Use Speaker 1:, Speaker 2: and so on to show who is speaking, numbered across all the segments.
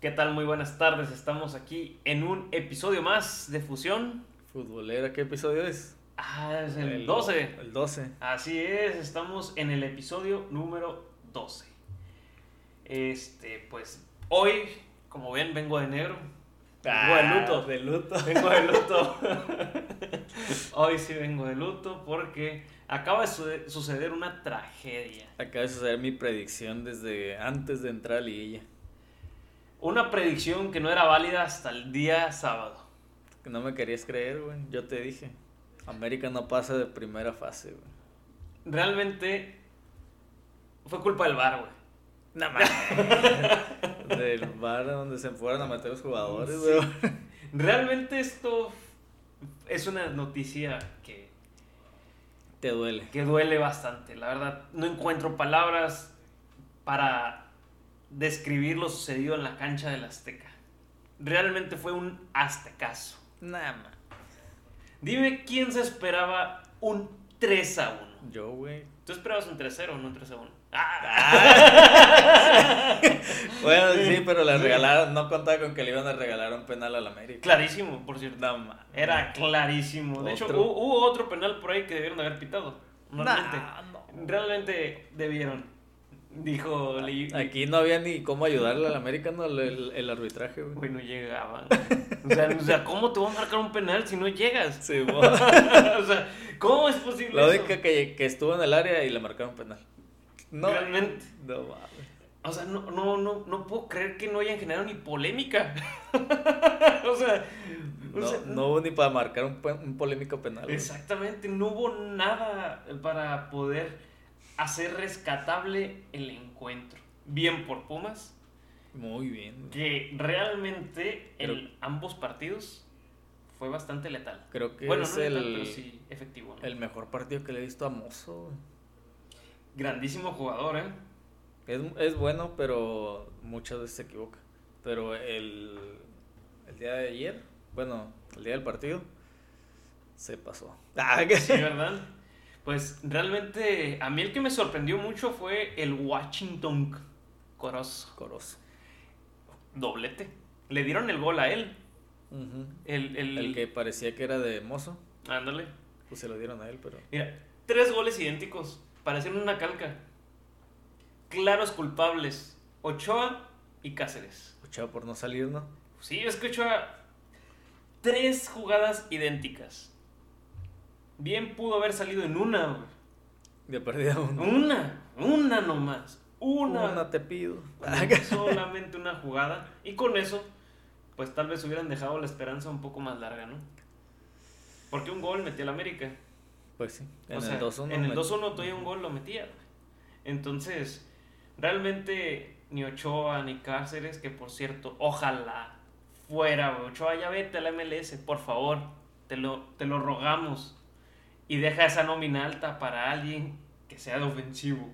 Speaker 1: ¿Qué tal? Muy buenas tardes. Estamos aquí en un episodio más de Fusión.
Speaker 2: Futbolera, ¿qué episodio es?
Speaker 1: Ah, es el, 12.
Speaker 2: El 12.
Speaker 1: Así es, estamos en el episodio número 12. Este, pues hoy, como ven, vengo de negro. Vengo de luto.
Speaker 2: Ah, De luto.
Speaker 1: Vengo de luto. hoy sí vengo de luto porque acaba de su- suceder una tragedia.
Speaker 2: Acaba de suceder mi predicción desde antes de entrar a Liguilla.
Speaker 1: Una predicción que no era válida hasta el día sábado.
Speaker 2: Que No me querías creer, güey. Yo te dije. América no pasa de primera fase, güey.
Speaker 1: Realmente fue culpa del bar, güey.
Speaker 2: Nada Del bar donde se fueron a meter los jugadores, güey.
Speaker 1: Realmente esto es una noticia que,
Speaker 2: Te duele.
Speaker 1: que duele bastante, la verdad. No encuentro palabras para describir lo sucedido en la cancha del Azteca. Realmente fue un aztecaso.
Speaker 2: Nada
Speaker 1: Dime quién se esperaba un 3 a 1.
Speaker 2: Yo, güey.
Speaker 1: Tú esperabas un 3-0, no un 3 a Ah. 1. Ah,
Speaker 2: Bueno, sí, pero le regalaron. No contaba con que le iban a regalar un penal al América.
Speaker 1: clarísimo, por cierto.
Speaker 2: Nada más.
Speaker 1: Era clarísimo. De hecho,
Speaker 2: Otro.
Speaker 1: hu- hubo otro penal por ahí que debieron de haber pitado. Normalmente.
Speaker 2: no.
Speaker 1: Realmente debieron. Dijo Li-
Speaker 2: Aquí no había ni cómo ayudarle al América no, el, el- el arbitraje, güey.
Speaker 1: Güey, no llegaban. O sea, o sea, ¿cómo te van a marcar un penal si no llegas?
Speaker 2: Sí, bueno.
Speaker 1: o sea, ¿cómo es posible
Speaker 2: La
Speaker 1: eso?
Speaker 2: única que, que estuvo en el área y le marcaron penal. No.
Speaker 1: Realmente.
Speaker 2: No mames.
Speaker 1: O sea, no, no, no, no puedo creer que no hayan generado ni polémica. o sea, o
Speaker 2: No,
Speaker 1: sea,
Speaker 2: no hubo ni para marcar un, pe- un polémico penal. güey.
Speaker 1: exactamente, no hubo nada para poder hacer rescatable el encuentro. Bien por Pumas,
Speaker 2: Muy bien. güey.
Speaker 1: que realmente el, ambos partidos fue bastante letal.
Speaker 2: Creo que
Speaker 1: Bueno,
Speaker 2: es
Speaker 1: no letal,
Speaker 2: el,
Speaker 1: pero sí efectivo. ¿no?
Speaker 2: el mejor partido que le he visto a Mozo. güey.
Speaker 1: Grandísimo jugador, ¿eh?
Speaker 2: Es, es bueno, pero muchas veces se equivoca. Pero el, el día de ayer, bueno, el día del partido, se pasó. Ah, que-
Speaker 1: Sí, ¿verdad? Pues realmente a mí el que me sorprendió mucho fue el Washington Corozo.
Speaker 2: Corozo.
Speaker 1: Doblete. Le dieron el gol a él.
Speaker 2: Ujú.
Speaker 1: El, el,
Speaker 2: El que parecía que era de Mozo,
Speaker 1: Ándale.
Speaker 2: pues se lo dieron a él, pero.
Speaker 1: Mira, tres goles idénticos. Parecían una calca. Claros culpables. Ochoa y Cáceres.
Speaker 2: Escuchaba por no salir, ¿no?
Speaker 1: Sí, es que Ochoa. Tres jugadas idénticas. Bien pudo haber salido en una, güey.
Speaker 2: De perdida uno.
Speaker 1: Una, una nomás. Una,
Speaker 2: Una te pido.
Speaker 1: solamente una jugada. Y con eso, pues tal vez hubieran dejado la esperanza un poco más larga, ¿no? Porque un gol metió el América.
Speaker 2: Pues sí,
Speaker 1: O
Speaker 2: en
Speaker 1: sea,
Speaker 2: el 2-1.
Speaker 1: En el
Speaker 2: me-
Speaker 1: 2-1 todavía un gol lo metía. güey. Entonces, realmente ni Ochoa ni Cáceres, que por cierto, ojalá fuera, güey. Ochoa, ya vete a la MLS, por favor. Te lo, te lo rogamos. Y deja esa nómina alta para alguien que sea de ofensivo.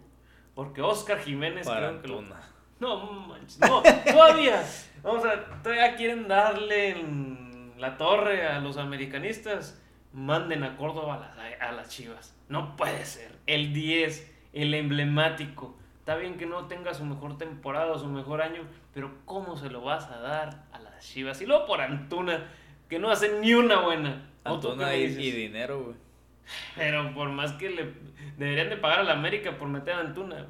Speaker 1: Porque Oscar Jiménez
Speaker 2: Para
Speaker 1: creo que lo-
Speaker 2: Antuna.
Speaker 1: no, manches, no, todavía. O sea, todavía quieren darle en la torre a los americanistas. Manden a Córdoba a las, a las chivas. No puede ser. El 10, el emblemático. Está bien que no tenga su mejor temporada o su mejor año, pero ¿cómo se lo vas a dar a las chivas? Y luego por Antuna, que no hace ni una buena. ¿O tú qué
Speaker 2: Antuna
Speaker 1: me
Speaker 2: y,
Speaker 1: dices?
Speaker 2: y dinero, güey.
Speaker 1: Pero por más que le deberían de pagar a la América por meter a Antuna.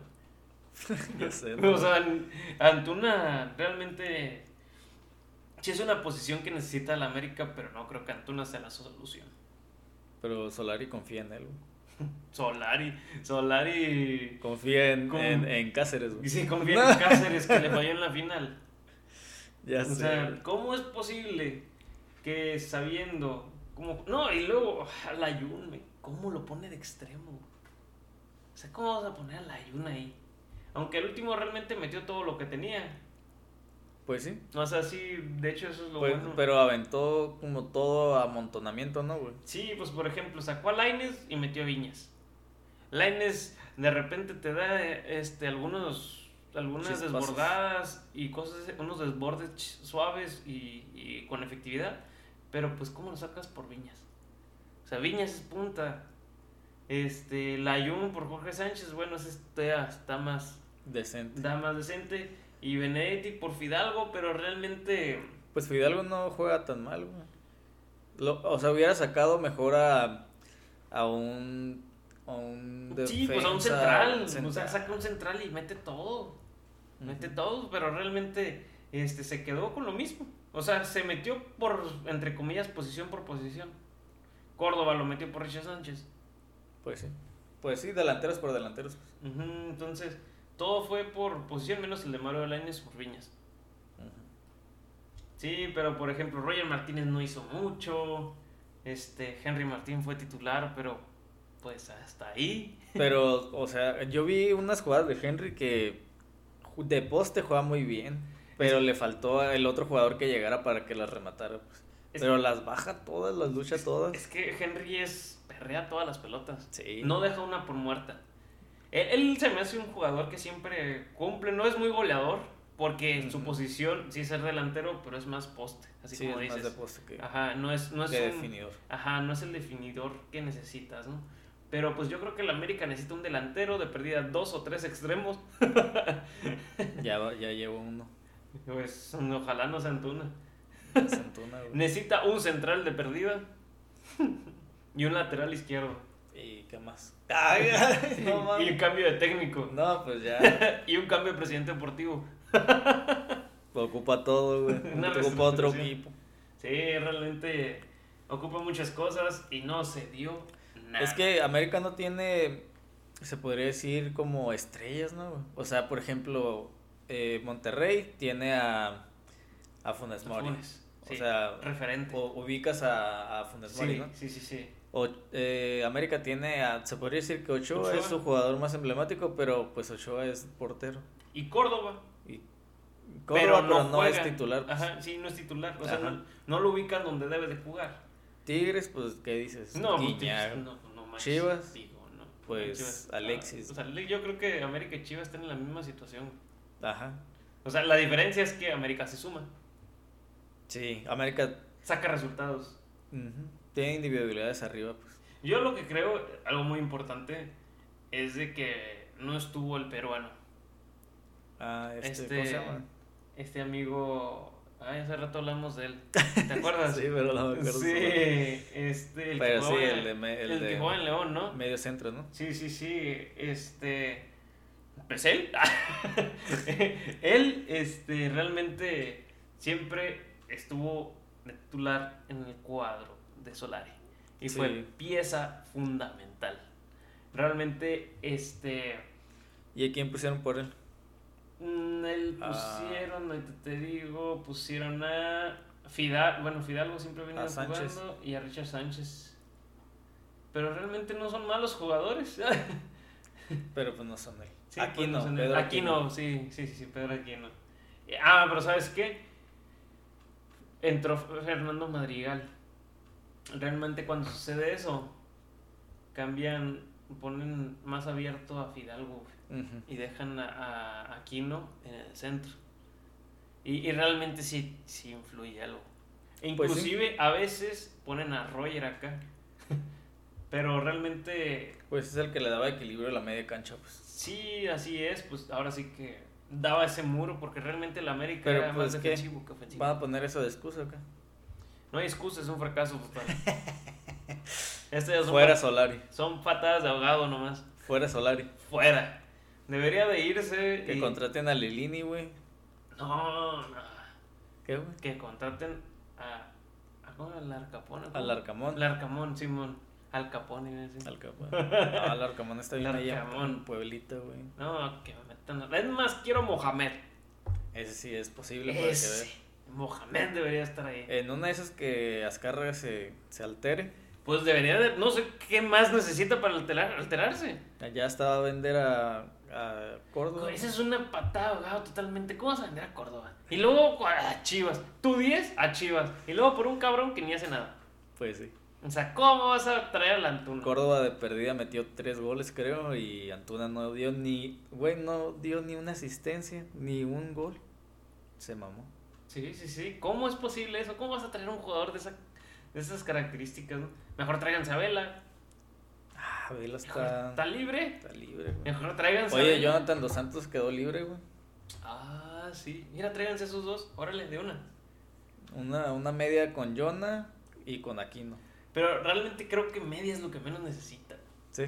Speaker 2: Ya sé, ¿no?
Speaker 1: O sea, An- Antuna realmente sí es una posición que necesita la América, pero no creo que Antuna sea la solución.
Speaker 2: Pero Solari confía en él, güey.
Speaker 1: Solari, Solari
Speaker 2: Confía en,
Speaker 1: Con-
Speaker 2: en, en Cáceres, güey.
Speaker 1: y se confía en Cáceres que le falló en la final.
Speaker 2: Ya
Speaker 1: O
Speaker 2: sé.
Speaker 1: sea,
Speaker 2: güey.
Speaker 1: ¿cómo es posible que sabiendo cómo no y luego a la Yun, güey, cómo lo pone de extremo? O sea, ¿cómo vas a poner a la Yun ahí? Aunque el último realmente metió todo lo que tenía.
Speaker 2: Pues sí.
Speaker 1: O sea, sí, de hecho eso es lo
Speaker 2: Pues-
Speaker 1: bueno.
Speaker 2: Pero aventó como todo amontonamiento, ¿no, güey?
Speaker 1: Sí, pues por ejemplo, sacó a Laines y metió a Viñas. Laines de repente te da eh, este algunos algunas
Speaker 2: Chispazos.
Speaker 1: desbordadas y cosas, unos desbordes ch- suaves y, y con efectividad, pero pues cómo lo sacas por Viñas. O sea, Viñas es punta. Este, la por Jorge Sánchez, bueno, ese está, está más
Speaker 2: Decente.
Speaker 1: da más decente y Benedetti por Fidalgo, pero realmente
Speaker 2: Pues Fidalgo no juega tan mal, güey. Lo- o sea, hubiera sacado mejor a, a un. A un
Speaker 1: sí, pues a un
Speaker 2: defensa
Speaker 1: central, o sea,
Speaker 2: central.
Speaker 1: saca un central y mete todo.
Speaker 2: Ujú.
Speaker 1: Mete todo, pero realmente este se quedó con lo mismo. O sea, se metió por entre comillas posición por posición. Córdoba lo metió por Richard Sánchez.
Speaker 2: Pues sí. Pues sí, delanteros por delanteros. pues.
Speaker 1: Ujú, Entonces, todo fue por posición menos el de Mario Lainez por Viñas.
Speaker 2: Ujú.
Speaker 1: Sí, pero por ejemplo, Roger Martínez no hizo mucho. Este, Henry Martín fue titular, pero pues hasta ahí.
Speaker 2: Pero, o sea, yo vi unas jugadas de Henry que ju- de poste juega muy bien. Pero le faltó el otro jugador que llegara para que las rematara. pues.
Speaker 1: Es-
Speaker 2: Pero las baja todas, las lucha todas.
Speaker 1: Es que Henry es perrea todas las pelotas.
Speaker 2: Sí.
Speaker 1: No deja una por muerta. Él, él se me hace un jugador que siempre cumple, no es muy goleador, porque en su
Speaker 2: Ujú.
Speaker 1: posición sí es ser delantero, pero es más poste, así
Speaker 2: sí,
Speaker 1: como
Speaker 2: es más de
Speaker 1: dices.
Speaker 2: poste que,
Speaker 1: Ajá, no es, no es
Speaker 2: que
Speaker 1: un-
Speaker 2: definidor.
Speaker 1: Ajá, no es el definidor que necesitas, ¿no? Pero pues yo creo que el América necesita un delantero de perdida dos o tres extremos.
Speaker 2: Ya, va- ya llevo uno.
Speaker 1: Pues ojalá no sea Antuna.
Speaker 2: Santuna, güey.
Speaker 1: Necesita un central de perdida y un lateral izquierdo.
Speaker 2: ¿Y qué más?
Speaker 1: Ah,
Speaker 2: Ay,
Speaker 1: y
Speaker 2: no,
Speaker 1: un
Speaker 2: mames.
Speaker 1: cambio de técnico.
Speaker 2: No, pues ya.
Speaker 1: Y un cambio de presidente deportivo.
Speaker 2: Ocupa todo, güey.
Speaker 1: Una
Speaker 2: Ocupa otro
Speaker 1: reestructuración.
Speaker 2: equipo.
Speaker 1: Sí, realmente ocupa muchas cosas y no se dio nada.
Speaker 2: Es que América no tiene, se podría decir, como estrellas, ¿no? güey? O sea, por ejemplo, eh, Monterrey tiene a, a Funes Mori.
Speaker 1: Funes,
Speaker 2: O
Speaker 1: sí,
Speaker 2: sea,
Speaker 1: referente.
Speaker 2: O- ubicas a, a Funes Mori,
Speaker 1: sí,
Speaker 2: ¿no?
Speaker 1: sí, sí, sí.
Speaker 2: O, eh, América tiene a, se podría decir que Ochoa,
Speaker 1: Ochoa.
Speaker 2: es su jugador más emblemático, pero pues Ochoa es portero.
Speaker 1: Y Córdoba.
Speaker 2: Y Córdoba, pero no, es
Speaker 1: juega.
Speaker 2: titular. pues.
Speaker 1: Ajá, sí, no es titular. O sea,
Speaker 2: Ajá.
Speaker 1: no, no lo ubican donde debe de jugar.
Speaker 2: Tigres, pues, ¿qué dices?
Speaker 1: No,
Speaker 2: Guiñac.
Speaker 1: pues, no, no manches,
Speaker 2: Chivas.
Speaker 1: digo, no, no
Speaker 2: Pues,
Speaker 1: manches.
Speaker 2: Alexis.
Speaker 1: Ah, o sea, le- yo creo que América y Chivas están en la misma situación.
Speaker 2: Ajá.
Speaker 1: O sea, la diferencia es que América se suma,
Speaker 2: Sí, América
Speaker 1: saca resultados.
Speaker 2: ujú, tiene individualidades arriba, pues.
Speaker 1: Yo lo que creo, algo muy importante, es de que no estuvo el peruano.
Speaker 2: Ah, este,
Speaker 1: Este,
Speaker 2: ¿cómo se llama?
Speaker 1: este amigo, ay, hace rato hablamos de él. ¿Te acuerdas?
Speaker 2: Sí, pero no me acuerdo.
Speaker 1: Sí, este, el
Speaker 2: Pero
Speaker 1: que
Speaker 2: sí,
Speaker 1: juega-
Speaker 2: el de, me- el
Speaker 1: el
Speaker 2: de
Speaker 1: que juega en León, ¿no?
Speaker 2: medio centro, ¿no?
Speaker 1: Sí, sí, sí. Este. Pues él. él, este, realmente siempre estuvo de titular en el cuadro de Solari. Y
Speaker 2: Sí.
Speaker 1: fue pieza fundamental. Realmente, este.
Speaker 2: ¿Y a quién pusieron por él?
Speaker 1: mm, Él
Speaker 2: Ah.
Speaker 1: pusieron, ahorita te digo, pusieron a Fidalgo. Bueno, Fidalgo siempre ha venido
Speaker 2: A Sánchez.
Speaker 1: jugando. Y a Richard Sánchez. Pero realmente no son malos jugadores.
Speaker 2: Pero pues no son él.
Speaker 1: Sí,
Speaker 2: aquí
Speaker 1: pues,
Speaker 2: no,
Speaker 1: sé,
Speaker 2: Pedro
Speaker 1: aquí no, sí, sí, sí, sí, Pedro Aquino. Eh, Ah, pero ¿sabes qué? Entró Fernando Madrigal. Realmente cuando sucede eso, cambian, ponen más abierto a Fidalgo güey,
Speaker 2: Ujú.
Speaker 1: y dejan a, a Aquino en el centro. Y, y realmente sí, sí influye algo. E
Speaker 2: Pues sí.
Speaker 1: inclusive a veces ponen a Roger acá. Pero realmente
Speaker 2: Pues es el que le daba equilibrio a la media cancha, pues.
Speaker 1: Sí, así es, pues ahora sí que daba ese muro porque realmente el América
Speaker 2: Pero,
Speaker 1: era
Speaker 2: pues,
Speaker 1: más
Speaker 2: ¿qué?
Speaker 1: defensivo que ofensivo.
Speaker 2: ¿Van a poner eso de excusa acá?
Speaker 1: No hay excusa, es un fracaso total. Estas ya son,
Speaker 2: Fuera
Speaker 1: pat-
Speaker 2: Solari.
Speaker 1: son patadas de ahogado nomás.
Speaker 2: Fuera Solari.
Speaker 1: Fuera. Debería de irse.
Speaker 2: Que
Speaker 1: y-
Speaker 2: contraten a Lilini, güey.
Speaker 1: No, no.
Speaker 2: ¿Qué, güey?
Speaker 1: Que contraten a. ¿A cómo? ¿Al Arcapón?
Speaker 2: Al Arcamón.
Speaker 1: Al Arcamón, Simón. Al Capón, iba a decir.
Speaker 2: Al Capón. No, al Arcamón está bien
Speaker 1: Al
Speaker 2: allá.
Speaker 1: Arcamón.
Speaker 2: Un pueblito, güey.
Speaker 1: No, que me metan. a- Es más, quiero Mohamed.
Speaker 2: Ese sí es posible para que
Speaker 1: Ese. Mohamed debería estar ahí.
Speaker 2: vea. En una de esas que Azcárraga se, se altere,
Speaker 1: Pues debería de, no sé qué más necesita para alterar, alterarse.
Speaker 2: ya estaba a vender a, a Córdoba.
Speaker 1: Esa es una patada ahogado totalmente. ¿Cómo vas a vender a Córdoba? Y luego cu- a Chivas. Tú 10 a Chivas. Y luego por un cabrón que ni hace nada.
Speaker 2: Pues sí.
Speaker 1: O sea, ¿cómo vas a traer al Antuna?
Speaker 2: Córdoba de perdida metió tres goles, creo, y Antuna no dio ni, güey, no dio ni una asistencia, ni un gol. Se mamó.
Speaker 1: Sí, sí, sí. ¿Cómo es posible eso? ¿Cómo vas a traer un jugador de, esa, de esas características? no? Mejor tráiganse a Vela.
Speaker 2: Ah, Vela
Speaker 1: Mejor
Speaker 2: está,
Speaker 1: está libre.
Speaker 2: está libre, güey.
Speaker 1: Mejor tráiganse a
Speaker 2: Oye,
Speaker 1: Vela.
Speaker 2: Jonathan Dos Santos quedó libre, güey.
Speaker 1: Ah, Ah, sí. Mira, tráiganse esos dos. Órale, de una.
Speaker 2: Una, una media con Jonah y con Aquino.
Speaker 1: Pero realmente creo que media es lo que menos necesita.
Speaker 2: Sí.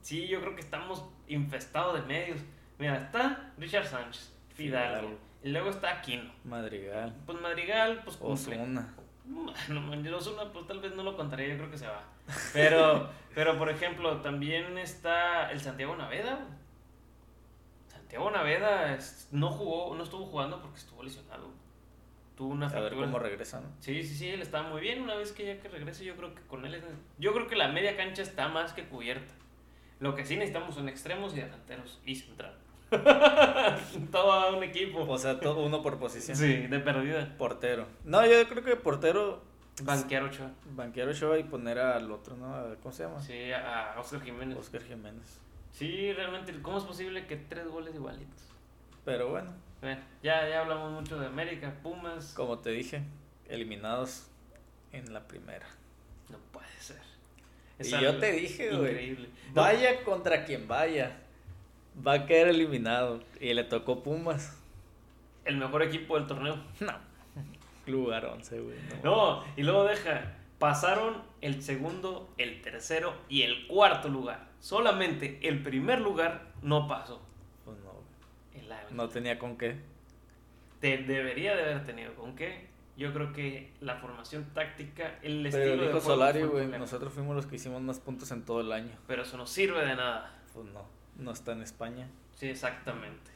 Speaker 1: Sí, yo creo que estamos infestados de medios. Mira, está Richard Sánchez, Fidalgo.
Speaker 2: Fidalgo.
Speaker 1: Y luego está Aquino.
Speaker 2: Madrigal.
Speaker 1: Pues Madrigal, pues cumple.
Speaker 2: Osuna.
Speaker 1: Bueno, man, Osuna, pues tal vez no lo contaría, yo creo que se va. Pero, pero por ejemplo, también está el Santiago Naveda. güey. Santiago Naveda es- no jugó, no estuvo jugando porque estuvo lesionado. Tuvo una
Speaker 2: A ver
Speaker 1: fractura.
Speaker 2: cómo regresa, ¿no?
Speaker 1: Sí, sí, sí, él está muy bien. Una vez que ya que regrese, yo creo que con él es... Yo creo que la media cancha está más que cubierta. Lo que sí necesitamos son extremos y delanteros y central. Todo un equipo.
Speaker 2: O sea, todo uno por posición.
Speaker 1: Sí, de perdida.
Speaker 2: Portero. No, yo creo que portero,
Speaker 1: Banquear ocho.
Speaker 2: banquero Show y poner al otro, ¿no? A- ¿Cómo se llama?
Speaker 1: Sí, a a Oscar Jiménez.
Speaker 2: Oscar Jiménez.
Speaker 1: Sí, realmente, ¿cómo es posible que tres goles igualitos?
Speaker 2: Pero bueno,
Speaker 1: Bueno, ya, ya hablamos mucho de América, Pumas.
Speaker 2: como te dije, eliminados en la primera.
Speaker 1: No puede ser.
Speaker 2: y yo te dije, güey.
Speaker 1: Increíble. No,
Speaker 2: Vaya contra quien vaya. Va a quedar eliminado. Y le tocó Pumas.
Speaker 1: el mejor equipo del torneo.
Speaker 2: No. Lugar 11, güey.
Speaker 1: No, y luego deja. Pasaron el segundo, el tercero y el cuarto lugar. Solamente el primer lugar no pasó.
Speaker 2: Pues no, güey.
Speaker 1: El Águila.
Speaker 2: no tenía con qué.
Speaker 1: Te debería de haber tenido con qué. Yo creo que la formación táctica, el
Speaker 2: Pero
Speaker 1: estilo de
Speaker 2: dijo
Speaker 1: juego fue
Speaker 2: Solari,
Speaker 1: el
Speaker 2: güey.
Speaker 1: problema.
Speaker 2: Nosotros fuimos los que hicimos más puntos en todo el año.
Speaker 1: Pero eso no sirve de nada.
Speaker 2: Pues no. No está en España.
Speaker 1: Sí, exactamente.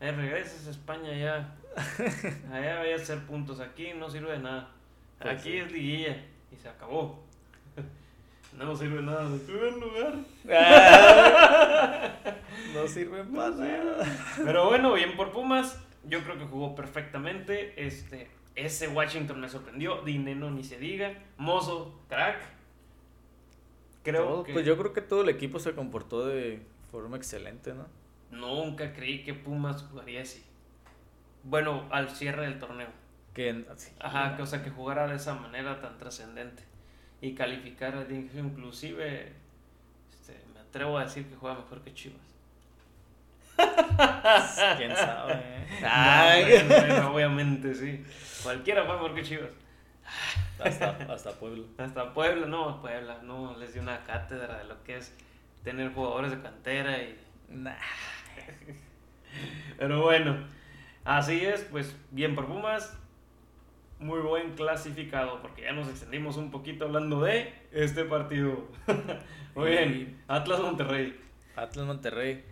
Speaker 1: Eh, regresas a España ya. Allá vaya a hacer puntos. Aquí no sirve de nada.
Speaker 2: Pues
Speaker 1: Aquí
Speaker 2: sí.
Speaker 1: es liguilla. Y se acabó. No sirve de nada. Primer lugar.
Speaker 2: Ah. no sirve para nada.
Speaker 1: Pero bueno, bien por Pumas. Yo creo que jugó perfectamente. Este, ese Washington me sorprendió. Dineno ni se diga. Mozo, crack. Creo
Speaker 2: Todo,
Speaker 1: que
Speaker 2: Pues yo creo que todo el equipo se comportó de forma excelente, ¿no?
Speaker 1: nunca creí que Pumas jugaría así. Bueno, al cierre del torneo.
Speaker 2: Que en- así,
Speaker 1: Ajá, que, o sea, que jugara de esa manera tan trascendente y calificara, de- inclusive, este, me atrevo a decir que juega mejor que Chivas.
Speaker 2: quién sabe. eh?
Speaker 1: No, Ah, bueno, obviamente, sí. Cualquiera fue mejor que Chivas.
Speaker 2: hasta, hasta Pueblo.
Speaker 1: Hasta Puebla, no, Puebla, no, les dio una cátedra de lo que es tener jugadores de cantera y... Pero bueno, así es, pues bien por Pumas, muy buen clasificado, porque ya nos extendimos un poquito hablando de este partido. muy bien, Atlas Monterrey.
Speaker 2: Atlas Monterrey.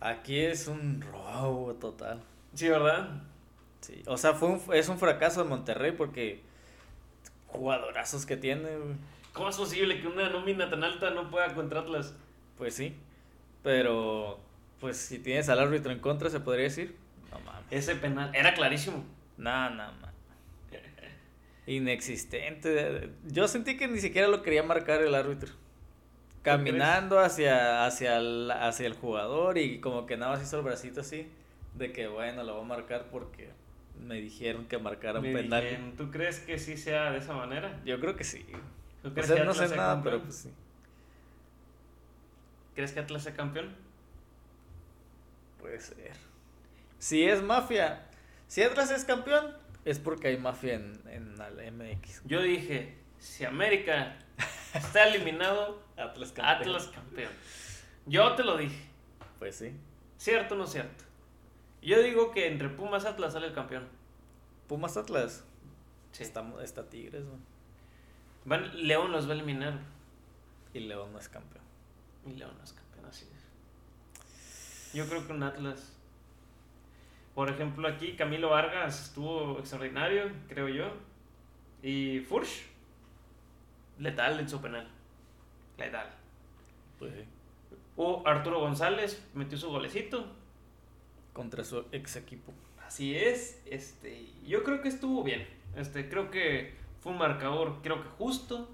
Speaker 2: Aquí es un robo total.
Speaker 1: Sí, ¿verdad?
Speaker 2: Sí. O sea, fue un- es un fracaso de Monterrey porque jugadorazos que tiene, güey.
Speaker 1: ¿Cómo es posible que una nómina tan alta no pueda contra Atlas?
Speaker 2: pues sí. Pero, pues si tienes al árbitro en contra, se podría decir. No mames.
Speaker 1: Ese penal era clarísimo.
Speaker 2: No, no mames. Inexistente. Yo sentí que ni siquiera lo quería marcar el árbitro. Caminando hacia, hacia, el, hacia el jugador y como que nada más hizo el bracito así. De que bueno, lo voy a marcar porque me dijeron que marcara un
Speaker 1: Me
Speaker 2: penal.
Speaker 1: dijeron, ¿Tú crees que sí sea de esa manera?
Speaker 2: Yo creo que sí.
Speaker 1: ¿Tú
Speaker 2: O
Speaker 1: crees,
Speaker 2: sea,
Speaker 1: que
Speaker 2: Pues no
Speaker 1: Atlas
Speaker 2: sé
Speaker 1: sea
Speaker 2: nada,
Speaker 1: campeón?
Speaker 2: pero pues sí.
Speaker 1: ¿Crees que Atlas sea campeón?
Speaker 2: Puede ser. Si es mafia, si Atlas es campeón, es porque hay mafia en, en la MX.
Speaker 1: Yo dije, si América está eliminado,
Speaker 2: Atlas
Speaker 1: Atlas campeón. Yo te lo dije.
Speaker 2: Pues sí.
Speaker 1: ¿Cierto o no cierto? Yo digo que entre Pumas Atlas sale el campeón.
Speaker 2: Pumas Atlas.
Speaker 1: Sí.
Speaker 2: Está, está Tigres, güey.
Speaker 1: Van, León los va a eliminar.
Speaker 2: Y León no es campeón.
Speaker 1: Y León no es campeón, así es. Yo creo que un Atlas. Por ejemplo, aquí Camilo Vargas estuvo extraordinario, creo yo. Y Furch, letal en su penal. Letal.
Speaker 2: Pues sí.
Speaker 1: O Arturo González metió su golecito.
Speaker 2: Contra su ex equipo.
Speaker 1: Así es, este, yo creo que estuvo bien. Este, creo que fue un marcador, creo que justo.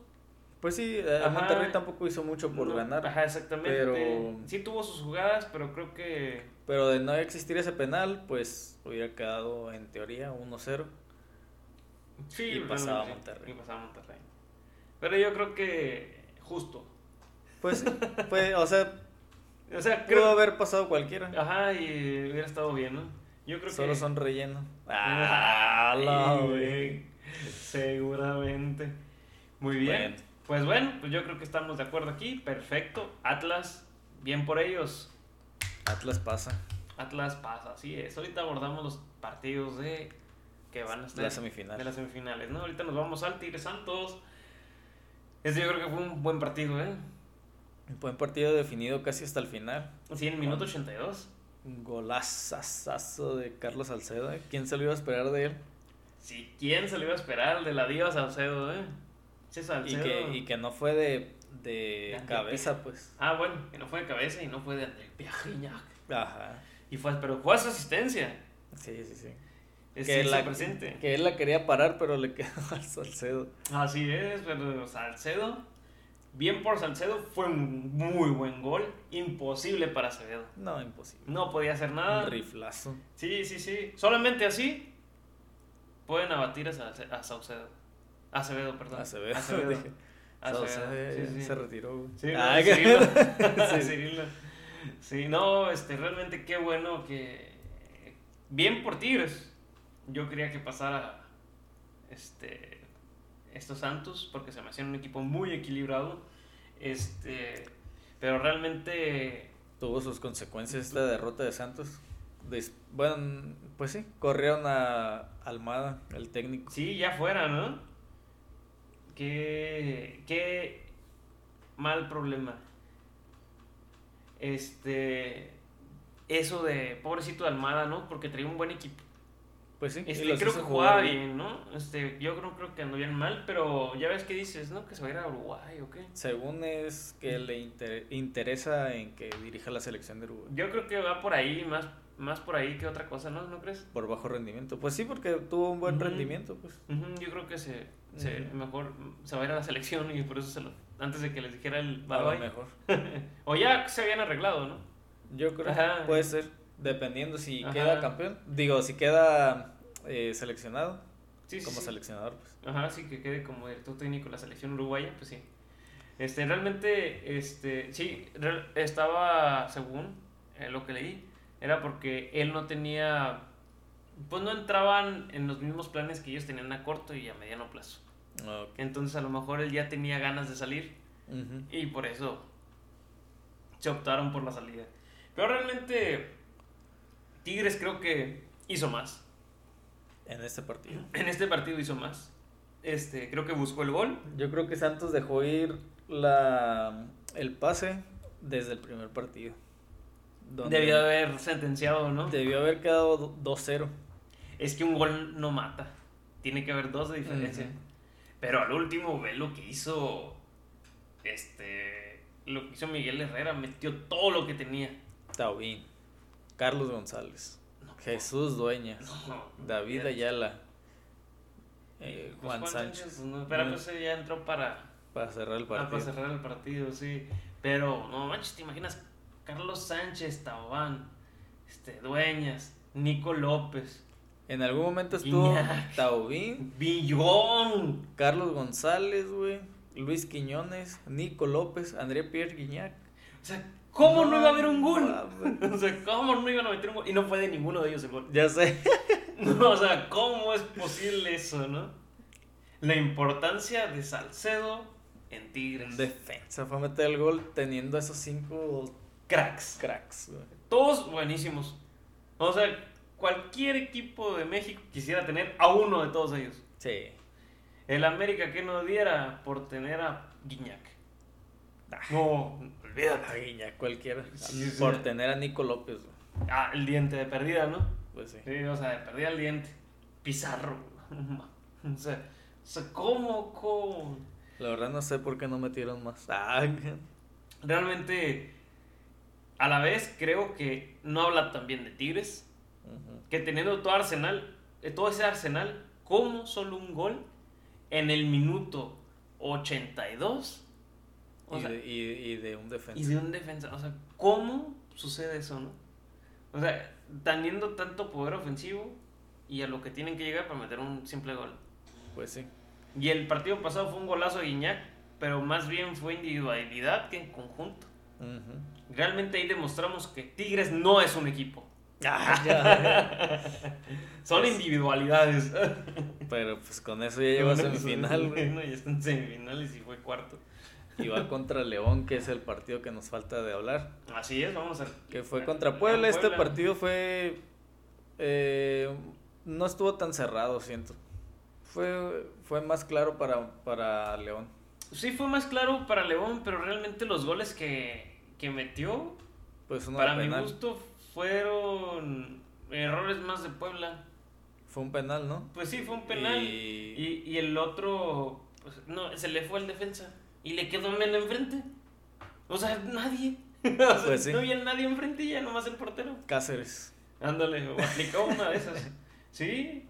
Speaker 2: Pues sí, eh,
Speaker 1: Ajá.
Speaker 2: Monterrey tampoco hizo mucho por
Speaker 1: No,
Speaker 2: ganar.
Speaker 1: Ajá, exactamente.
Speaker 2: pero-
Speaker 1: Sí tuvo sus jugadas, pero creo que
Speaker 2: Pero de no existir ese penal, pues hubiera quedado en teoría 1-0.
Speaker 1: sí,
Speaker 2: Y
Speaker 1: realmente
Speaker 2: pasaba
Speaker 1: sí,
Speaker 2: Monterrey.
Speaker 1: y pasaba Monterrey. Pero yo creo que justo.
Speaker 2: Pues sí, fue- o sea,
Speaker 1: O sea,
Speaker 2: pudo
Speaker 1: creo
Speaker 2: haber pasado cualquiera.
Speaker 1: ajá, y hubiera estado bien, ¿no? Yo creo
Speaker 2: Solo
Speaker 1: que.
Speaker 2: son relleno. ¡Ah, la
Speaker 1: Ay,
Speaker 2: güey!
Speaker 1: güey. Seguramente. Muy bien.
Speaker 2: Bueno.
Speaker 1: Pues bueno, pues yo creo que estamos de acuerdo aquí. Perfecto. Atlas, bien por ellos.
Speaker 2: Atlas pasa.
Speaker 1: Atlas pasa, así es. Ahorita abordamos los partidos de que van a estar
Speaker 2: La semifinal.
Speaker 1: de las semifinales, ¿no? Ahorita nos vamos al Tigres Santos. Ese yo creo que fue un buen partido, ¿eh?
Speaker 2: Un buen partido definido casi hasta el final.
Speaker 1: Sí, en el minuto 82.
Speaker 2: Un golazazazo de Carlos Salcedo. ¿eh? ¿Quién se lo iba a esperar de él?
Speaker 1: Sí, ¿quién se lo iba a esperar? El de la diva Salcedo, ¿eh? Sí,
Speaker 2: Y
Speaker 1: Salcedo.
Speaker 2: que, y que no fue de, de
Speaker 1: Grande
Speaker 2: cabeza, pues.
Speaker 1: Ah, bueno, que no fue de cabeza y no fue de André Pierre-Gignac.
Speaker 2: Ajá.
Speaker 1: Y fue, pero fue a su asistencia.
Speaker 2: Sí, sí, sí.
Speaker 1: Es
Speaker 2: que, la,
Speaker 1: presente.
Speaker 2: que él la quería parar, pero le quedó al Salcedo.
Speaker 1: Así es, pero Salcedo, bien por Salcedo, fue un muy buen gol. Imposible para Acevedo.
Speaker 2: No, imposible.
Speaker 1: No podía hacer nada.
Speaker 2: Un riflazo.
Speaker 1: Sí, sí, sí. Solamente así pueden abatir a, Salce- a Saucedo. Acevedo, perdón.
Speaker 2: Acevedo.
Speaker 1: Acevedo.
Speaker 2: dije.
Speaker 1: Acevedo,
Speaker 2: Saucedo
Speaker 1: Ah, sí, sí.
Speaker 2: eh, se retiró. güey.
Speaker 1: Sí,
Speaker 2: Ah,
Speaker 1: no,
Speaker 2: que-
Speaker 1: Cirilo.
Speaker 2: Sí.
Speaker 1: Cirilo. Sí, no, este, realmente qué bueno que. Bien por Tigres. Yo quería que pasara este, estos Santos porque se me hacían un equipo muy equilibrado. Este, pero realmente.
Speaker 2: Tuvo sus consecuencias esta derrota de Santos. Des- bueno, pues sí, corrieron a Almada, el técnico.
Speaker 1: Sí, ya fuera, ¿no? Qué, qué mal problema. Este. Eso de pobrecito de Almada, ¿no? Porque traía un buen equipo.
Speaker 2: Pues sí, y
Speaker 1: Este,
Speaker 2: los
Speaker 1: creo que
Speaker 2: hizo
Speaker 1: jugaba
Speaker 2: jugar
Speaker 1: bien, ¿no? Este, yo no creo que anduvieran mal, pero ya ves que dices, ¿no? Que se va a ir a Uruguay o qué.
Speaker 2: Según es que le inter- interesa en que dirija la selección de Uruguay.
Speaker 1: Yo creo que va por ahí, más, más por ahí que otra cosa, ¿no? ¿No crees?
Speaker 2: Por bajo rendimiento. Pues sí, porque tuvo un buen
Speaker 1: Ujú.
Speaker 2: rendimiento, pues.
Speaker 1: Ujú, Yo creo que se, se-
Speaker 2: Ujú.
Speaker 1: mejor se va a ir a la selección y por eso se lo. Antes de que les dijera el
Speaker 2: A
Speaker 1: bye
Speaker 2: lo
Speaker 1: bye.
Speaker 2: mejor.
Speaker 1: O ya se habían arreglado, ¿no?
Speaker 2: Yo creo
Speaker 1: Ajá.
Speaker 2: que puede ser, dependiendo si
Speaker 1: Ajá.
Speaker 2: queda campeón. Digo, si queda eh, seleccionado,
Speaker 1: Sí, sí,
Speaker 2: como
Speaker 1: sí.
Speaker 2: seleccionador, pues.
Speaker 1: Ajá, sí, que quede como director técnico de la selección uruguaya, pues sí. Este, realmente, este, sí, re- estaba, según eh, lo que leí, era porque él no tenía, pues no entraban en los mismos planes que ellos tenían a corto y a mediano plazo.
Speaker 2: Ok.
Speaker 1: Entonces, a lo mejor él ya tenía ganas de salir
Speaker 2: Ujú.
Speaker 1: y por eso se optaron por la salida. Pero realmente, Tigres creo que hizo más.
Speaker 2: En este partido.
Speaker 1: En este partido hizo más. Este, creo que buscó el gol.
Speaker 2: Yo creo que Santos dejó ir la, el pase desde el primer partido. Donde
Speaker 1: Debió haber sentenciado, ¿no?
Speaker 2: debió haber quedado do- 2-0.
Speaker 1: Es que un gol no mata. Tiene que haber dos de diferencia.
Speaker 2: Ujú.
Speaker 1: Pero al último ve lo que hizo. Este. Lo que hizo Miguel Herrera. Metió todo lo que tenía.
Speaker 2: Taubín, Carlos González,
Speaker 1: No,
Speaker 2: Jesús Dueñas,
Speaker 1: no.
Speaker 2: David Ayala, eh,
Speaker 1: Pues
Speaker 2: Juan Sánchez.
Speaker 1: pues, no, pero
Speaker 2: Bueno,
Speaker 1: pues ya entró para,
Speaker 2: para cerrar el
Speaker 1: ah, para
Speaker 2: partido.
Speaker 1: cerrar el partido, sí. Pero no manches, ¿te imaginas? Carlos Sánchez, Tabán, este, Dueñas, Nico López,
Speaker 2: En algún momento estuvo
Speaker 1: Guiñac.
Speaker 2: Taubín,
Speaker 1: Billón.
Speaker 2: Carlos González, güey, Luis Quiñones, Nico López, André Pierre Guiñac.
Speaker 1: O sea, ¿cómo no, iba a haber un gol?
Speaker 2: mames.
Speaker 1: O sea, ¿cómo no iban a meter un gol? Y no fue de ninguno de ellos el gol.
Speaker 2: Ya sé.
Speaker 1: No, o sea, ¿cómo es posible eso, no? La importancia de Salcedo en Tigres.
Speaker 2: En defensa fue a meter el gol teniendo esos cinco
Speaker 1: cracks.
Speaker 2: cracks, güey.
Speaker 1: Todos buenísimos. O sea, cualquier equipo de México quisiera tener a uno de todos ellos.
Speaker 2: Sí.
Speaker 1: El América que no diera por tener a Guiñac. No,
Speaker 2: A
Speaker 1: olvídate.
Speaker 2: Guiñac cualquiera.
Speaker 1: Sí, sí.
Speaker 2: Por tener a Nico López, güey.
Speaker 1: Ah, el diente de perdida, ¿no?
Speaker 2: Pues sí.
Speaker 1: Sí, o sea, perdí el diente. Pizarro. O sea, o sea, ¿cómo, cómo?
Speaker 2: La verdad no sé por qué no metieron más. Ah,
Speaker 1: Realmente, a la vez creo que no habla tan bien de Tigres.
Speaker 2: ujú.
Speaker 1: Que teniendo todo Arsenal, eh, todo ese Arsenal, como solo un gol en el minuto 82? O
Speaker 2: y,
Speaker 1: sea,
Speaker 2: de, y- y de un defensa.
Speaker 1: y de un defensa. O sea, ¿cómo sucede eso, no? O sea, teniendo tanto poder ofensivo y a lo que tienen que llegar para meter un simple gol.
Speaker 2: Pues sí.
Speaker 1: Y el partido pasado fue un golazo de Guiñac, pero más bien fue individualidad que en conjunto.
Speaker 2: Ujú.
Speaker 1: Realmente ahí demostramos que Tigres no es un equipo.
Speaker 2: Ah, ya.
Speaker 1: Son individualidades.
Speaker 2: Pero pues con eso ya llegó a semifinal, güey.
Speaker 1: Bueno, ya está en semifinales y fue cuarto.
Speaker 2: Y va contra León, que es el partido que nos falta de hablar.
Speaker 1: Así es, vamos a.
Speaker 2: Que fue contra Puebla. Este partido fue. eh, no estuvo tan cerrado, siento. Fue, fue más claro para, para León.
Speaker 1: Sí, fue más claro para León, pero realmente los goles que, que metió,
Speaker 2: Pues uno de
Speaker 1: para mi
Speaker 2: penal.
Speaker 1: gusto, fueron errores más de Puebla.
Speaker 2: Fue un penal, ¿no?
Speaker 1: Pues sí, fue un penal.
Speaker 2: Y-
Speaker 1: Y, y el otro, pues, no, se le fue al defensa y le quedó menos enfrente. O sea, nadie. O sea,
Speaker 2: Pues sí.
Speaker 1: No había nadie enfrente y ya nomás el portero.
Speaker 2: Cáceres.
Speaker 1: Ándale, o aplicó una de esas. Sí.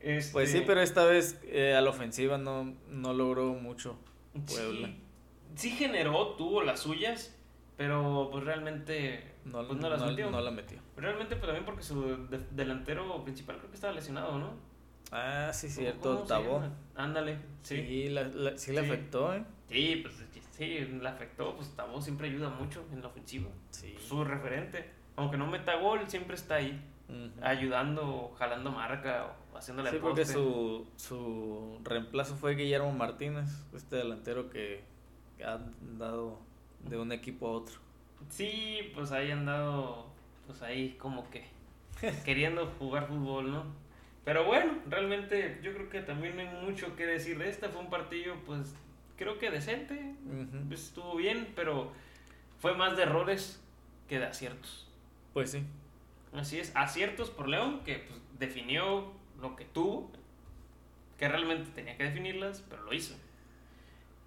Speaker 1: Este,
Speaker 2: Pues sí, pero esta vez eh, a la ofensiva no, no logró mucho.
Speaker 1: sí,
Speaker 2: Puebla.
Speaker 1: Sí, generó, tuvo las suyas, pero pues realmente
Speaker 2: No,
Speaker 1: pues, no
Speaker 2: no-
Speaker 1: las metió.
Speaker 2: no la metió.
Speaker 1: Realmente pues, también porque su de- delantero principal creo que estaba lesionado, ¿no?
Speaker 2: Ah, sí,
Speaker 1: ¿Cómo
Speaker 2: cierto,
Speaker 1: se
Speaker 2: Tabó.
Speaker 1: llama? Ándale, sí.
Speaker 2: Sí, la- la- sí le
Speaker 1: Sí.
Speaker 2: afectó, ¿eh?
Speaker 1: Sí, pues sí, le afectó, pues Tabó siempre ayuda mucho en la ofensiva.
Speaker 2: Sí.
Speaker 1: Su referente, aunque no meta gol, siempre está ahí
Speaker 2: Ujú.
Speaker 1: ayudando, o jalando marca o haciéndole
Speaker 2: Sí,
Speaker 1: al
Speaker 2: porque
Speaker 1: poste.
Speaker 2: su, su reemplazo fue Guillermo Martínez, este delantero que ha dado de un equipo a otro.
Speaker 1: Sí, pues ahí andado, pues ahí como que queriendo jugar fútbol, ¿no? Pero bueno, realmente yo creo que también no hay mucho que decir de esta. Fue un partido, pues creo que decente,
Speaker 2: Ujú.
Speaker 1: pues, estuvo bien, pero fue más de errores que de aciertos.
Speaker 2: Pues sí,
Speaker 1: Así es, aciertos por León, que pues, definió lo que tuvo, que realmente tenía que definirlas, pero lo hizo.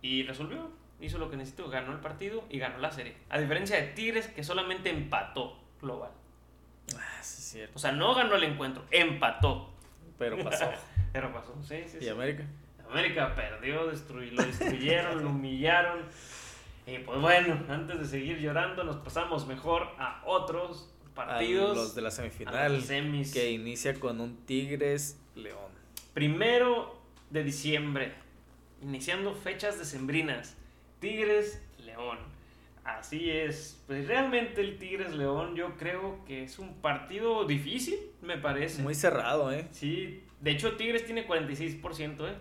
Speaker 1: Y resolvió, hizo lo que necesitó, ganó el partido y ganó la serie. A diferencia de Tigres, que solamente empató global.
Speaker 2: ah, sí, es cierto.
Speaker 1: O sea, no ganó el encuentro, empató.
Speaker 2: Pero pasó.
Speaker 1: Pero pasó, sí, sí, sí.
Speaker 2: ¿Y América?
Speaker 1: América perdió, destruy- lo destruyeron, lo humillaron. Y pues bueno, antes de seguir llorando, nos pasamos mejor a otros partidos.
Speaker 2: A los de la
Speaker 1: a
Speaker 2: semifinal,
Speaker 1: los semis.
Speaker 2: que inicia con un Tigres León.
Speaker 1: Primero de diciembre, iniciando fechas decembrinas. Tigres León. Así es. Pues realmente el Tigres León yo creo que es un partido difícil, me parece.
Speaker 2: Muy cerrado, ¿eh?
Speaker 1: Sí, de hecho Tigres tiene 46%, ¿eh?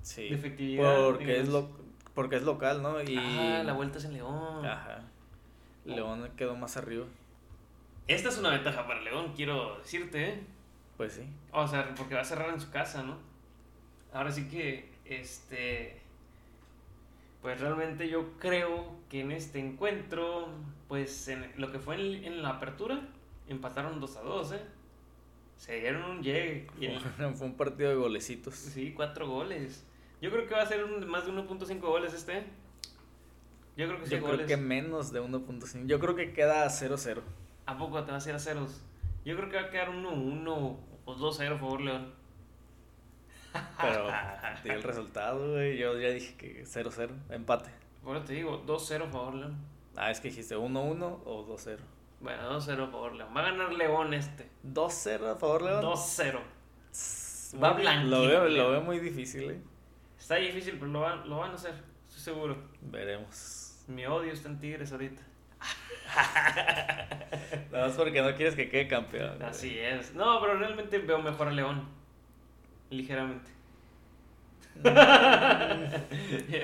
Speaker 2: Sí.
Speaker 1: De efectividad.
Speaker 2: Porque
Speaker 1: digamos.
Speaker 2: es, lo, porque es local, ¿no? Y...
Speaker 1: Ah, la vuelta es en León.
Speaker 2: Ajá. León quedó más arriba.
Speaker 1: Esta es una ventaja para León, quiero decirte, ¿eh?
Speaker 2: Pues sí.
Speaker 1: O sea, porque va a cerrar en su casa, ¿no? Ahora sí que, este... Pues realmente yo creo que en este encuentro, pues en lo que fue en, en la apertura, empataron 2 a 2, ¿eh? Se dieron un llegue. y el-
Speaker 2: Fue un partido de golecitos.
Speaker 1: sí, 4 goles. Yo creo que va a ser un- más de 1.5 goles este. ¿eh? Yo creo que sí,
Speaker 2: Yo creo
Speaker 1: goles.
Speaker 2: que menos de 1.5. Yo creo que queda a 0-0.
Speaker 1: ¿A poco te vas a ir a ceros? Yo creo que va a quedar 1-1 o 2-0, favor, León.
Speaker 2: Pero te di el resultado, güey. Yo ya dije que 0-0. Empate.
Speaker 1: Bueno, te digo, 2-0, favor, León.
Speaker 2: Ah, es que dijiste 1-1 o 2-0.
Speaker 1: Bueno, 2-0 por León. Va a ganar León este.
Speaker 2: 2-0 a favor, León.
Speaker 1: 2-0.
Speaker 2: Tss,
Speaker 1: Va
Speaker 2: muy-
Speaker 1: blanquito,
Speaker 2: Lo veo, lo
Speaker 1: León.
Speaker 2: veo muy difícil, eh.
Speaker 1: Está difícil, pero lo, van- lo van a hacer. Estoy seguro.
Speaker 2: Veremos.
Speaker 1: Mi odio está en Tigres ahorita.
Speaker 2: Nada más porque no quieres que quede campeón. güey.
Speaker 1: Así es. No, pero realmente veo mejor a León. Ligeramente.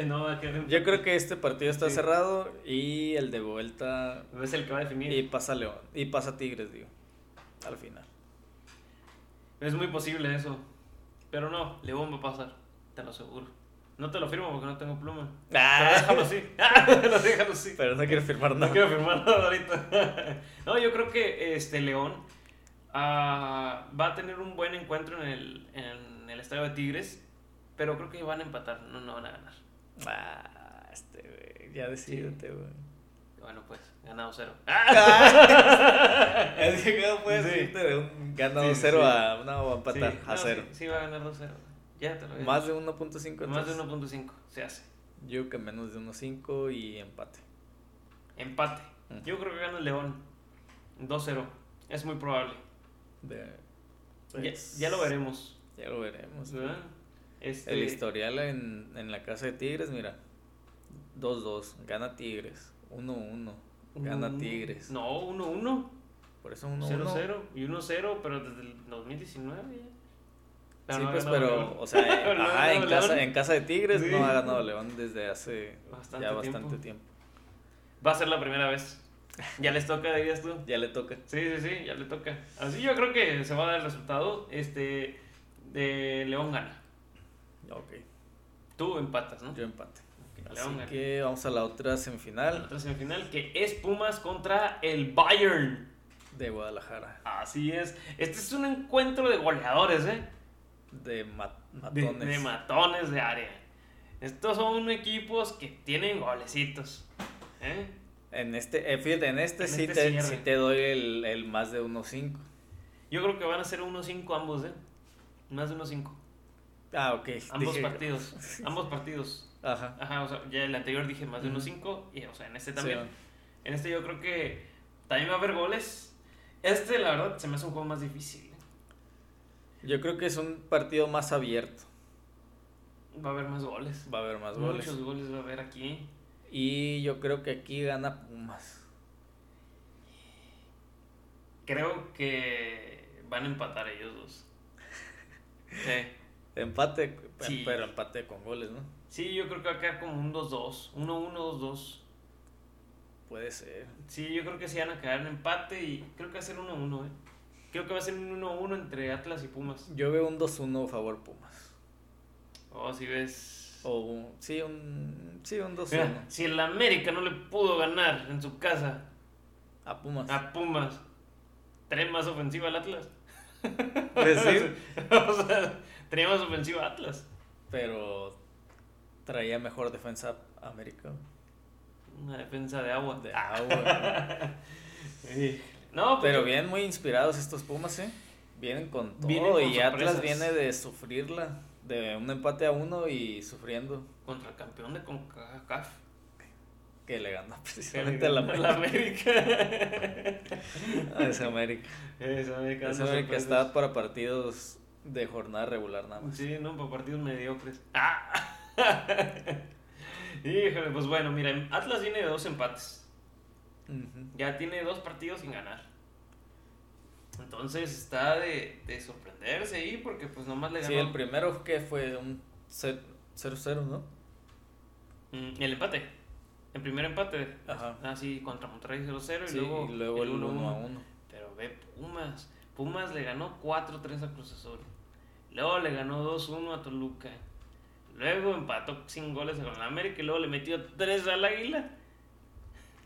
Speaker 1: no va a quedar en-
Speaker 2: Yo creo que este partido está
Speaker 1: Sí.
Speaker 2: cerrado y el de vuelta.
Speaker 1: Es el que va a definir.
Speaker 2: Y pasa León. Y pasa Tigres, digo. Al final.
Speaker 1: Es muy posible eso. Pero no, León va a pasar. Te lo aseguro. No te lo firmo porque no tengo pluma. Pero
Speaker 2: Ah.
Speaker 1: déjalo así. Pero déjalo así.
Speaker 2: Pero no quiero firmar
Speaker 1: No
Speaker 2: nada.
Speaker 1: quiero firmar nada ahorita. No, yo creo que este León ah, va a tener un buen encuentro en el, en el estadio de Tigres, pero creo que van a empatar, no, no van a ganar.
Speaker 2: Ah, este, güey. Ya decidete, güey.
Speaker 1: Bueno, pues, ganado cero.
Speaker 2: Es que cómo puedes
Speaker 1: Sí.
Speaker 2: irte de un ganado
Speaker 1: Sí,
Speaker 2: 0
Speaker 1: sí.
Speaker 2: a no, va a empatar
Speaker 1: Sí,
Speaker 2: a
Speaker 1: no,
Speaker 2: 0.
Speaker 1: Sí, sí va a ganar 2-0. Ya te lo digo.
Speaker 2: Más de 1.5
Speaker 1: Más de
Speaker 2: entonces.
Speaker 1: 1.5 se hace.
Speaker 2: Yo creo que menos de 1.5 y empate.
Speaker 1: Empate.
Speaker 2: Ujú.
Speaker 1: Yo creo que gana el León 2-0. Es muy probable.
Speaker 2: De-
Speaker 1: Ya-
Speaker 2: pues,
Speaker 1: ya, lo veremos.
Speaker 2: Ya lo veremos.
Speaker 1: ¿verdad? Este,
Speaker 2: El historial en, en la casa de Tigres, mira. 2-2, gana Tigres. 1-1, gana
Speaker 1: uno-
Speaker 2: Tigres.
Speaker 1: No, 1-1.
Speaker 2: Por eso 1-1.
Speaker 1: 0-0 y 1-0, pero desde el 2019 ya. Pero
Speaker 2: Sí,
Speaker 1: no ha
Speaker 2: pues,
Speaker 1: ganado
Speaker 2: pero,
Speaker 1: León.
Speaker 2: o sea,
Speaker 1: Pero no ha
Speaker 2: ajá, en,
Speaker 1: ganado León.
Speaker 2: casa, en casa de Tigres
Speaker 1: Sí.
Speaker 2: no ha ganado León desde hace
Speaker 1: Bastante
Speaker 2: ya
Speaker 1: tiempo.
Speaker 2: bastante tiempo.
Speaker 1: Va a ser la primera vez. Ya les toca, dirías tú.
Speaker 2: Ya le toca.
Speaker 1: Sí, sí, sí, ya le toca. Así yo creo que se va a dar el resultado. Este, de León gana.
Speaker 2: Ok,
Speaker 1: Tú empatas, ¿no?
Speaker 2: yo empate. Así
Speaker 1: León gana.
Speaker 2: que vamos a la otra semifinal
Speaker 1: Otra semifinal que es Pumas contra el Bayern.
Speaker 2: de Guadalajara.
Speaker 1: Así es. Este es un encuentro de goleadores, ¿eh?
Speaker 2: De ma-
Speaker 1: De,
Speaker 2: matones.
Speaker 1: de matones de área. Estos son equipos que tienen golecitos. ¿eh?
Speaker 2: en este, eh, fíjate, en este,
Speaker 1: En
Speaker 2: sí,
Speaker 1: este
Speaker 2: te,
Speaker 1: cierre.
Speaker 2: sí te doy el, el más de 1.5.
Speaker 1: Yo creo que van a ser 1-5 ambos, ¿eh? Más de 1-5.
Speaker 2: Ah, ok.
Speaker 1: Ambos
Speaker 2: dije-
Speaker 1: partidos. Ambos partidos.
Speaker 2: Ajá.
Speaker 1: Ajá, o sea, ya el anterior dije más de
Speaker 2: Ujú.
Speaker 1: 1-5. Y, o sea, en este
Speaker 2: sí,
Speaker 1: también. En este yo creo que también va a haber goles. Este, la verdad, se me hace un juego más difícil. ¿eh?
Speaker 2: yo creo que es un partido más abierto.
Speaker 1: Va a haber más goles.
Speaker 2: Va a haber más goles.
Speaker 1: Muchos goles va a haber aquí.
Speaker 2: Y yo creo que aquí gana Pumas.
Speaker 1: Creo que van a empatar ellos dos. Sí.
Speaker 2: Empate,
Speaker 1: Sí.
Speaker 2: pero empate con goles, ¿no?
Speaker 1: Sí, yo creo que va a quedar como un 2-2. 1-1, 2-2.
Speaker 2: Puede ser.
Speaker 1: Sí, yo creo que sí van a quedar en empate y creo que va a ser 1-1, ¿eh? Creo que va a ser un 1-1 entre Atlas y Pumas.
Speaker 2: Yo veo un 2-1 a favor Pumas.
Speaker 1: Oh, si ves.
Speaker 2: O un- sí, un, sí, un 2-1
Speaker 1: Mira, si el América no le pudo ganar en su casa
Speaker 2: a Pumas.
Speaker 1: a Pumas, trae más ofensiva al Atlas.
Speaker 2: Pues sí,
Speaker 1: o sea, trae más ofensiva Atlas.
Speaker 2: pero traía mejor defensa a América.
Speaker 1: Una defensa de agua.
Speaker 2: De agua.
Speaker 1: Sí. No, pues,
Speaker 2: pero vienen muy inspirados estos Pumas, ¿eh? Vienen con todo.
Speaker 1: Vienen con
Speaker 2: y Atlas
Speaker 1: sorpresas.
Speaker 2: viene de sufrirla. De un empate a uno y sufriendo.
Speaker 1: contra el campeón de CONCACAF.
Speaker 2: Que le gana
Speaker 1: Se
Speaker 2: precisamente
Speaker 1: le
Speaker 2: a la
Speaker 1: ganó
Speaker 2: América.
Speaker 1: América.
Speaker 2: A esa América.
Speaker 1: Esa América.
Speaker 2: Esa
Speaker 1: dando
Speaker 2: América
Speaker 1: sorpresas.
Speaker 2: está para partidos de jornada regular nada más.
Speaker 1: Sí, no, para partidos mediocres. ¡Ah! Híjole, pues bueno, mira, Atlas tiene dos empates.
Speaker 2: Ujú.
Speaker 1: Ya tiene dos partidos sin ganar. Entonces está de, de sorprenderse ahí porque pues nomás le ganó.
Speaker 2: Sí, el
Speaker 1: Mm,
Speaker 2: primero que fue un 0-0, ¿no?
Speaker 1: Mm, el, empate. El primer empate.
Speaker 2: Ajá.
Speaker 1: Ah, sí, contra Monterrey 0-0 y,
Speaker 2: Sí,
Speaker 1: luego,
Speaker 2: y luego el 1
Speaker 1: 1-1.
Speaker 2: a 1.
Speaker 1: Pero ve Pumas. Pumas le ganó 4-3 a Cruz Azul. Luego le ganó 2-1 a Toluca. Luego empató sin goles con la América y luego le metió 3 al Águila.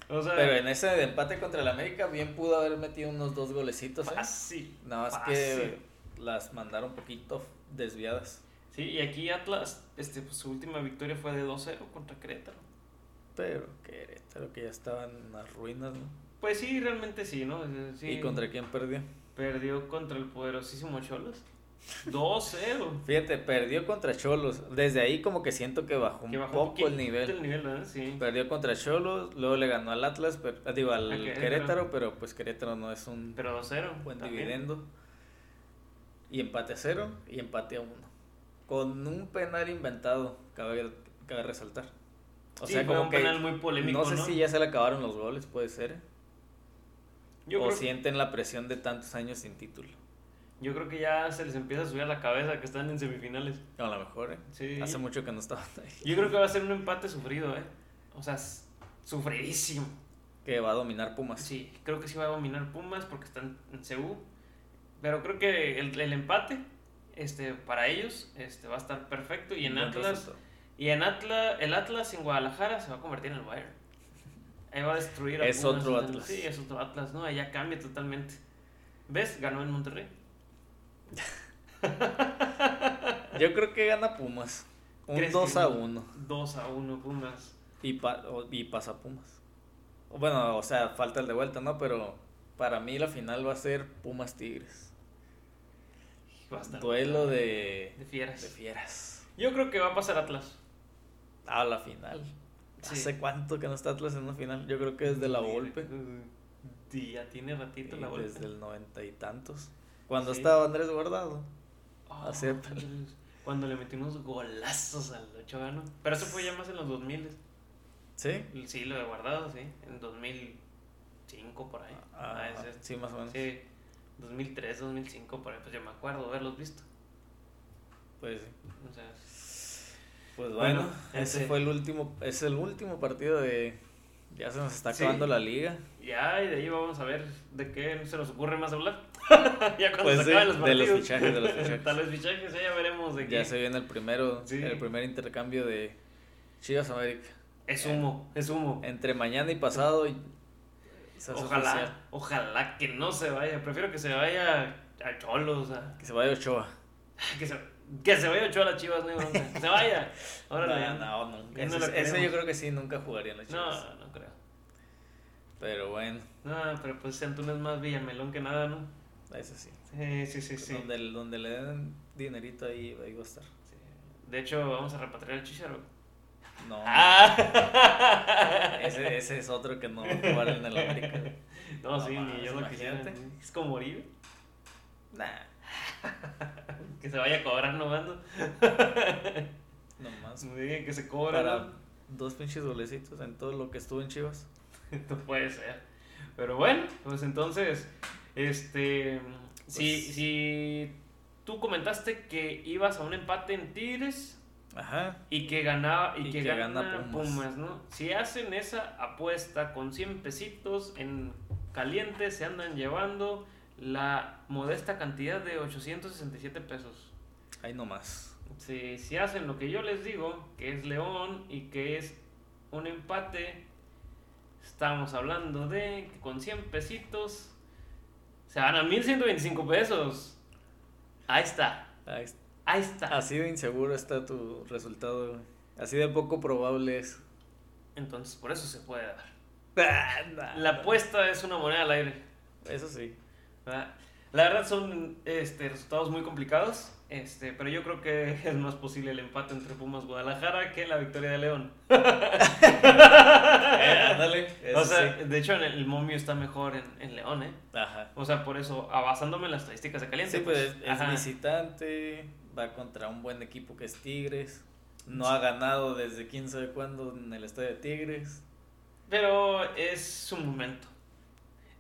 Speaker 1: O sea,
Speaker 2: Pero en ese de empate contra el América bien pudo haber metido unos dos golecitos. ¿eh?
Speaker 1: fácil.
Speaker 2: Nada más
Speaker 1: fácil.
Speaker 2: que las mandaron un poquito desviadas.
Speaker 1: Sí, y aquí Atlas, este, pues, su última victoria fue de 2-0 contra Querétaro.
Speaker 2: Pero Querétaro que ya estaban en las ruinas, ¿no?
Speaker 1: Pues sí, realmente sí, ¿no? Es- sí,
Speaker 2: ¿Y contra quién perdió?
Speaker 1: Perdió contra el poderosísimo Cholos. 2-0.
Speaker 2: Fíjate, perdió contra Cholos. Desde ahí como que siento que bajó un
Speaker 1: que bajó
Speaker 2: poco
Speaker 1: poquito
Speaker 2: el nivel.
Speaker 1: El nivel, ¿verdad? Sí.
Speaker 2: Perdió contra Cholos, luego le ganó al Atlas, pero- ah, digo al
Speaker 1: A Querétaro.
Speaker 2: Querétaro, pero pues Querétaro no es un
Speaker 1: Pero 2-0.
Speaker 2: buen
Speaker 1: también.
Speaker 2: dividendo. Y empate a cero y empate a uno. Con un penal inventado, cabe, cabe resaltar. O
Speaker 1: Sí,
Speaker 2: sea,
Speaker 1: fue
Speaker 2: como
Speaker 1: un
Speaker 2: que
Speaker 1: penal muy polémico,
Speaker 2: no
Speaker 1: ¿no?
Speaker 2: sé si ya se le acabaron los goles, puede ser. ¿eh?
Speaker 1: yo,
Speaker 2: o
Speaker 1: creo,
Speaker 2: sienten la presión de tantos años sin título.
Speaker 1: yo creo que ya se les empieza a subir a la cabeza que están en semifinales.
Speaker 2: A lo mejor, ¿eh?
Speaker 1: Sí.
Speaker 2: Hace mucho que no estaban ahí.
Speaker 1: Yo creo que va a ser un empate sufrido, ¿eh? O sea, s- sufridísimo.
Speaker 2: Que va a dominar Pumas.
Speaker 1: Sí, creo que sí va a dominar Pumas porque están en CU. Pero creo que el, el empate este, para ellos este, va a estar perfecto. Y en
Speaker 2: Buen
Speaker 1: Atlas,
Speaker 2: resultado.
Speaker 1: y en Atlas, el Atlas en Guadalajara se va a convertir en el Bayern. Ahí va a destruir a
Speaker 2: Es
Speaker 1: Pumas.
Speaker 2: otro Atlas.
Speaker 1: Sí, es otro Atlas, ¿no? Allá cambia totalmente. ¿Ves? Ganó en Monterrey.
Speaker 2: Yo creo que gana Pumas. Un
Speaker 1: ¿Crees
Speaker 2: 2
Speaker 1: que-
Speaker 2: a 1.
Speaker 1: 2 a 1 Pumas.
Speaker 2: Y, pa- o- y pasa Pumas. O Bueno, o sea, falta el de vuelta, ¿no? Pero para mí la final va a ser Pumas Tigres.
Speaker 1: Va a estar-
Speaker 2: Duelo de,
Speaker 1: de
Speaker 2: de
Speaker 1: fieras.
Speaker 2: fieras.
Speaker 1: Yo creo que va a pasar Atlas.
Speaker 2: A la final.
Speaker 1: Sí.
Speaker 2: ¿Hace cuánto que no está Atlas en una final? Yo creo que desde la Volpe.
Speaker 1: Sí, ya tiene ratito la Volpe.
Speaker 2: Desde el noventa y tantos. Cuando
Speaker 1: Sí.
Speaker 2: estaba Andrés Guardado.
Speaker 1: Ah,
Speaker 2: Acepta.
Speaker 1: Cuando le metí unos golazos al Ochoa Gano. Pero eso fue ya más en los 2000.
Speaker 2: ¿Sí?
Speaker 1: Sí, lo he guardado, sí. En 2000. 2005 por ahí.
Speaker 2: Ah,
Speaker 1: Ah, ese-
Speaker 2: sí, más o menos.
Speaker 1: Sí, 2003, 2005 por ahí, pues yo me acuerdo haberlos visto.
Speaker 2: Pues, sí.
Speaker 1: O sea,
Speaker 2: pues bueno,
Speaker 1: Bueno,
Speaker 2: ese
Speaker 1: ese-
Speaker 2: fue el último, es el último partido de... Ya se nos está
Speaker 1: Sí.
Speaker 2: acabando la liga.
Speaker 1: ya, y de ahí vamos a ver de qué se nos ocurre más hablar. ya cuando
Speaker 2: Pues
Speaker 1: se
Speaker 2: sí,
Speaker 1: acaben los
Speaker 2: de los
Speaker 1: partidos.
Speaker 2: fichajes, de los fichajes.
Speaker 1: Tal vez fichajes, ya veremos de qué.
Speaker 2: Ya se viene el primero,
Speaker 1: Sí.
Speaker 2: el primer intercambio de Chivas América.
Speaker 1: Es humo, es humo.
Speaker 2: Entre mañana y pasado. y- se hace
Speaker 1: Ojalá,
Speaker 2: oficial.
Speaker 1: ojalá que no se vaya. Prefiero que se vaya a Cholos, a-
Speaker 2: Que se vaya Ochoa.
Speaker 1: que, se, que se vaya Ochoa a las Chivas, no hay bronca. Que se vaya. Órale.
Speaker 2: no, pues. no, nunca.
Speaker 1: Ya no
Speaker 2: Ese,
Speaker 1: lo
Speaker 2: ese yo
Speaker 1: queremos.
Speaker 2: creo que sí, nunca jugaría en la Chivas.
Speaker 1: no, no creo.
Speaker 2: Pero bueno,
Speaker 1: No, pero pues Antuna es más Villamelón que nada, ¿no?
Speaker 2: eso sí.
Speaker 1: Sí, sí, sí, sí.
Speaker 2: Donde, donde le den dinerito ahí, ahí va a estar.
Speaker 1: Sí. De hecho, vamos a repatriar al Chicharo.
Speaker 2: No,
Speaker 1: ¡Ah!
Speaker 2: Ah. ese, ese es otro que no va a jugar en el América.
Speaker 1: No,
Speaker 2: No
Speaker 1: sí,
Speaker 2: mames,
Speaker 1: ni yo lo quisiera.
Speaker 2: imagínate.
Speaker 1: Es como Oribe,
Speaker 2: Nah,
Speaker 1: que se vaya a cobrar nomás. ¿no?
Speaker 2: nomás.
Speaker 1: Sí, que se cobra.
Speaker 2: Para
Speaker 1: ¿no?
Speaker 2: dos pinches golecitos en todo lo que estuvo en Chivas.
Speaker 1: No puede ser. Pero bueno, pues entonces, este. Si,
Speaker 2: Pues-
Speaker 1: si tú comentaste que ibas a un empate en Tigres
Speaker 2: Ajá.
Speaker 1: y que ganaba y,
Speaker 2: Y
Speaker 1: que,
Speaker 2: que
Speaker 1: gana,
Speaker 2: gana Pumas.
Speaker 1: Pumas. ¿no? Si hacen esa apuesta con 100 pesitos en caliente, se andan llevando la modesta cantidad de 867 pesos.
Speaker 2: Ahí nomás.
Speaker 1: Si, si hacen lo que yo les digo, que es León y que es un empate, estamos hablando de que con 100 pesitos se van a 1125 pesos. Ahí está,
Speaker 2: Ahí está.
Speaker 1: ahí está.
Speaker 2: Así de inseguro está tu resultado, güey. Así de poco probable es.
Speaker 1: Entonces, por eso se puede dar. La
Speaker 2: La-
Speaker 1: apuesta es una moneda al aire.
Speaker 2: Eso sí.
Speaker 1: ¿verdad? La verdad son este, resultados muy complicados, este, pero yo creo que es más posible el empate entre Pumas Guadalajara que la victoria de León.
Speaker 2: Eh, Ándale. eso
Speaker 1: O sea,
Speaker 2: sí.
Speaker 1: de hecho, en el, el momio está mejor en, en León, ¿eh?
Speaker 2: Ajá.
Speaker 1: O sea, por eso, basándome en las estadísticas de caliente.
Speaker 2: Sí, pues es, es
Speaker 1: ajá.
Speaker 2: visitante, va contra un buen equipo que es Tigres. No ha ganado desde quién sabe cuándo en el estadio de Tigres.
Speaker 1: Pero es su momento.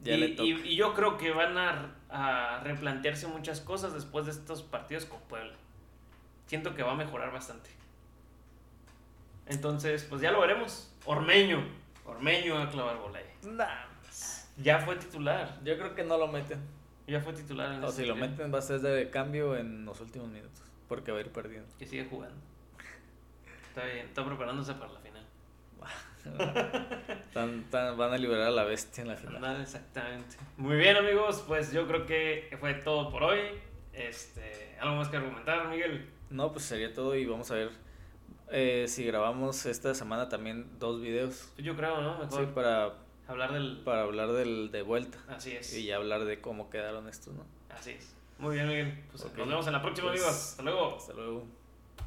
Speaker 2: Ya
Speaker 1: y,
Speaker 2: le
Speaker 1: y-
Speaker 2: toca.
Speaker 1: y yo creo que van a, a replantearse muchas cosas después de estos partidos con Puebla. Siento que va a mejorar bastante. Entonces, pues ya lo veremos. Ormeño. Ormeño va a clavar bola ahí.
Speaker 2: Nah,
Speaker 1: Ya fue titular.
Speaker 2: yo creo que no lo meten.
Speaker 1: Ya fue titular en
Speaker 2: O
Speaker 1: este
Speaker 2: si lo
Speaker 1: partido.
Speaker 2: meten va a ser de cambio en los últimos minutos. Porque va a ir perdiendo.
Speaker 1: Que sigue jugando. Está bien, está preparándose para la final.
Speaker 2: Tan- tan- van a liberar a la bestia en la final.
Speaker 1: Andar, exactamente. Muy bien, amigos, pues yo creo que fue todo por hoy. Este, algo más que argumentar, Miguel.
Speaker 2: No, pues sería todo y vamos a ver eh, si grabamos esta semana también dos videos.
Speaker 1: Pues Yo creo, ¿no?
Speaker 2: Sí,
Speaker 1: Mejor
Speaker 2: para,
Speaker 1: hablar del.
Speaker 2: para hablar del de vuelta
Speaker 1: Así es.
Speaker 2: y ya hablar de cómo quedaron estos, ¿no?
Speaker 1: Así es. Muy bien, Miguel. Pues
Speaker 2: Ok.
Speaker 1: nos vemos en la próxima,
Speaker 2: Pues,
Speaker 1: amigos. Hasta luego.
Speaker 2: Hasta luego.